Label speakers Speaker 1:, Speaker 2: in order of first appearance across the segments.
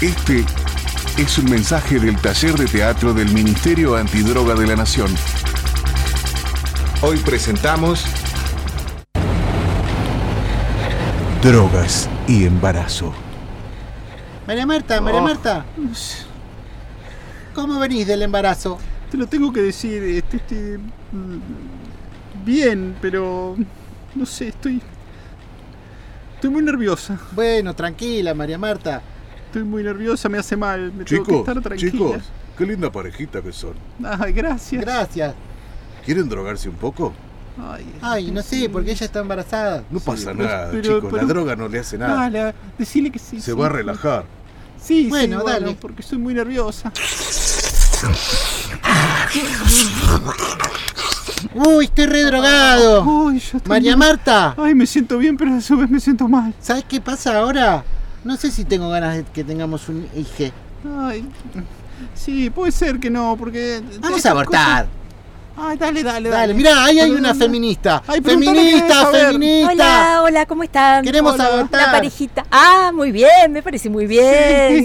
Speaker 1: Este es un mensaje del taller de teatro del Ministerio Antidroga de la Nación. Hoy presentamos Drogas y embarazo.
Speaker 2: María Marta,
Speaker 3: Oh.
Speaker 2: María Marta. ¿Cómo venís del embarazo?
Speaker 3: Te lo tengo que decir, este, este, mm, bien, pero no sé, estoy estoy muy nerviosa,
Speaker 2: Bueno, tranquila, María Marta.
Speaker 3: estoy muy nerviosa, me hace mal, me tengo
Speaker 4: Chicos,
Speaker 3: que estar tranquila.
Speaker 4: chicos, qué linda parejita que son.
Speaker 3: Ay, gracias.
Speaker 2: Gracias.
Speaker 4: ¿Quieren drogarse un poco?
Speaker 3: Ay,
Speaker 2: Ay, no sé, porque ella está embarazada.
Speaker 4: No pasa
Speaker 3: pero-
Speaker 4: nada,
Speaker 3: pero-
Speaker 4: chicos.
Speaker 3: pero-
Speaker 4: la droga no le hace nada.
Speaker 3: Dale, decile que sí.
Speaker 4: Se
Speaker 3: sí.
Speaker 4: va a relajar.
Speaker 3: Sí, sí,
Speaker 2: Bueno,
Speaker 3: bueno,
Speaker 2: dale.
Speaker 3: dale, porque estoy muy nerviosa.
Speaker 2: Uy, estoy redrogado.
Speaker 3: Ay, yo estoy
Speaker 2: Oh, María
Speaker 3: muy-
Speaker 2: Marta,
Speaker 3: Ay, me siento bien, pero a su vez me siento mal.
Speaker 2: ¿sabes qué pasa ahora? No sé si tengo ganas de que tengamos un hijo.
Speaker 3: Ay. Sí, puede ser que no, porque
Speaker 2: Vamos
Speaker 3: estas
Speaker 2: a abortar.
Speaker 3: cosas- Ay, dale, dale, dale.
Speaker 2: Dale, mirá, ahí hay
Speaker 3: Pero
Speaker 2: una
Speaker 3: no-
Speaker 2: feminista.
Speaker 3: Ay, preguntale qué debe
Speaker 2: Feminista,
Speaker 3: saber.
Speaker 2: feminista.
Speaker 5: Hola, hola, ¿cómo están?
Speaker 2: Queremos
Speaker 5: Hola.
Speaker 2: abortar.
Speaker 5: La parejita. Ah, muy bien, me parece muy bien.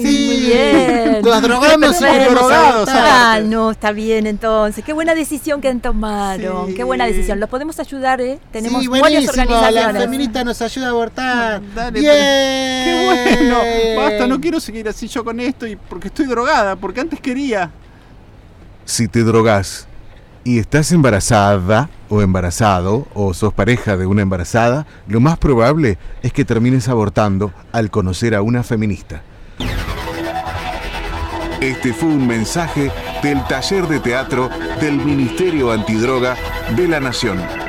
Speaker 2: sí,
Speaker 5: muy
Speaker 2: sí.
Speaker 5: bien.
Speaker 2: Nos drogamos y
Speaker 5: Perfecto.
Speaker 2: nos drogamos,
Speaker 5: Ah,
Speaker 2: aparte.
Speaker 5: no, está bien entonces. Qué buena decisión que han tomado.
Speaker 3: Sí.
Speaker 5: Qué buena decisión. Los podemos ayudar, ¿eh? Tenemos
Speaker 2: sí,
Speaker 5: varias
Speaker 2: buenísimo, la
Speaker 5: organizaciones.
Speaker 2: feminista nos ayuda a abortar.
Speaker 3: Dale,
Speaker 2: Bien.
Speaker 3: Qué bueno. Basta,
Speaker 2: Eh.
Speaker 3: no quiero seguir así yo con esto y porque estoy drogada, porque antes quería.
Speaker 1: Si te drogas y estás embarazada o embarazado o sos pareja de una embarazada, lo más probable es que termines abortando al conocer a una feminista. Este fue un mensaje del taller de teatro del Ministerio Antidroga de la Nación.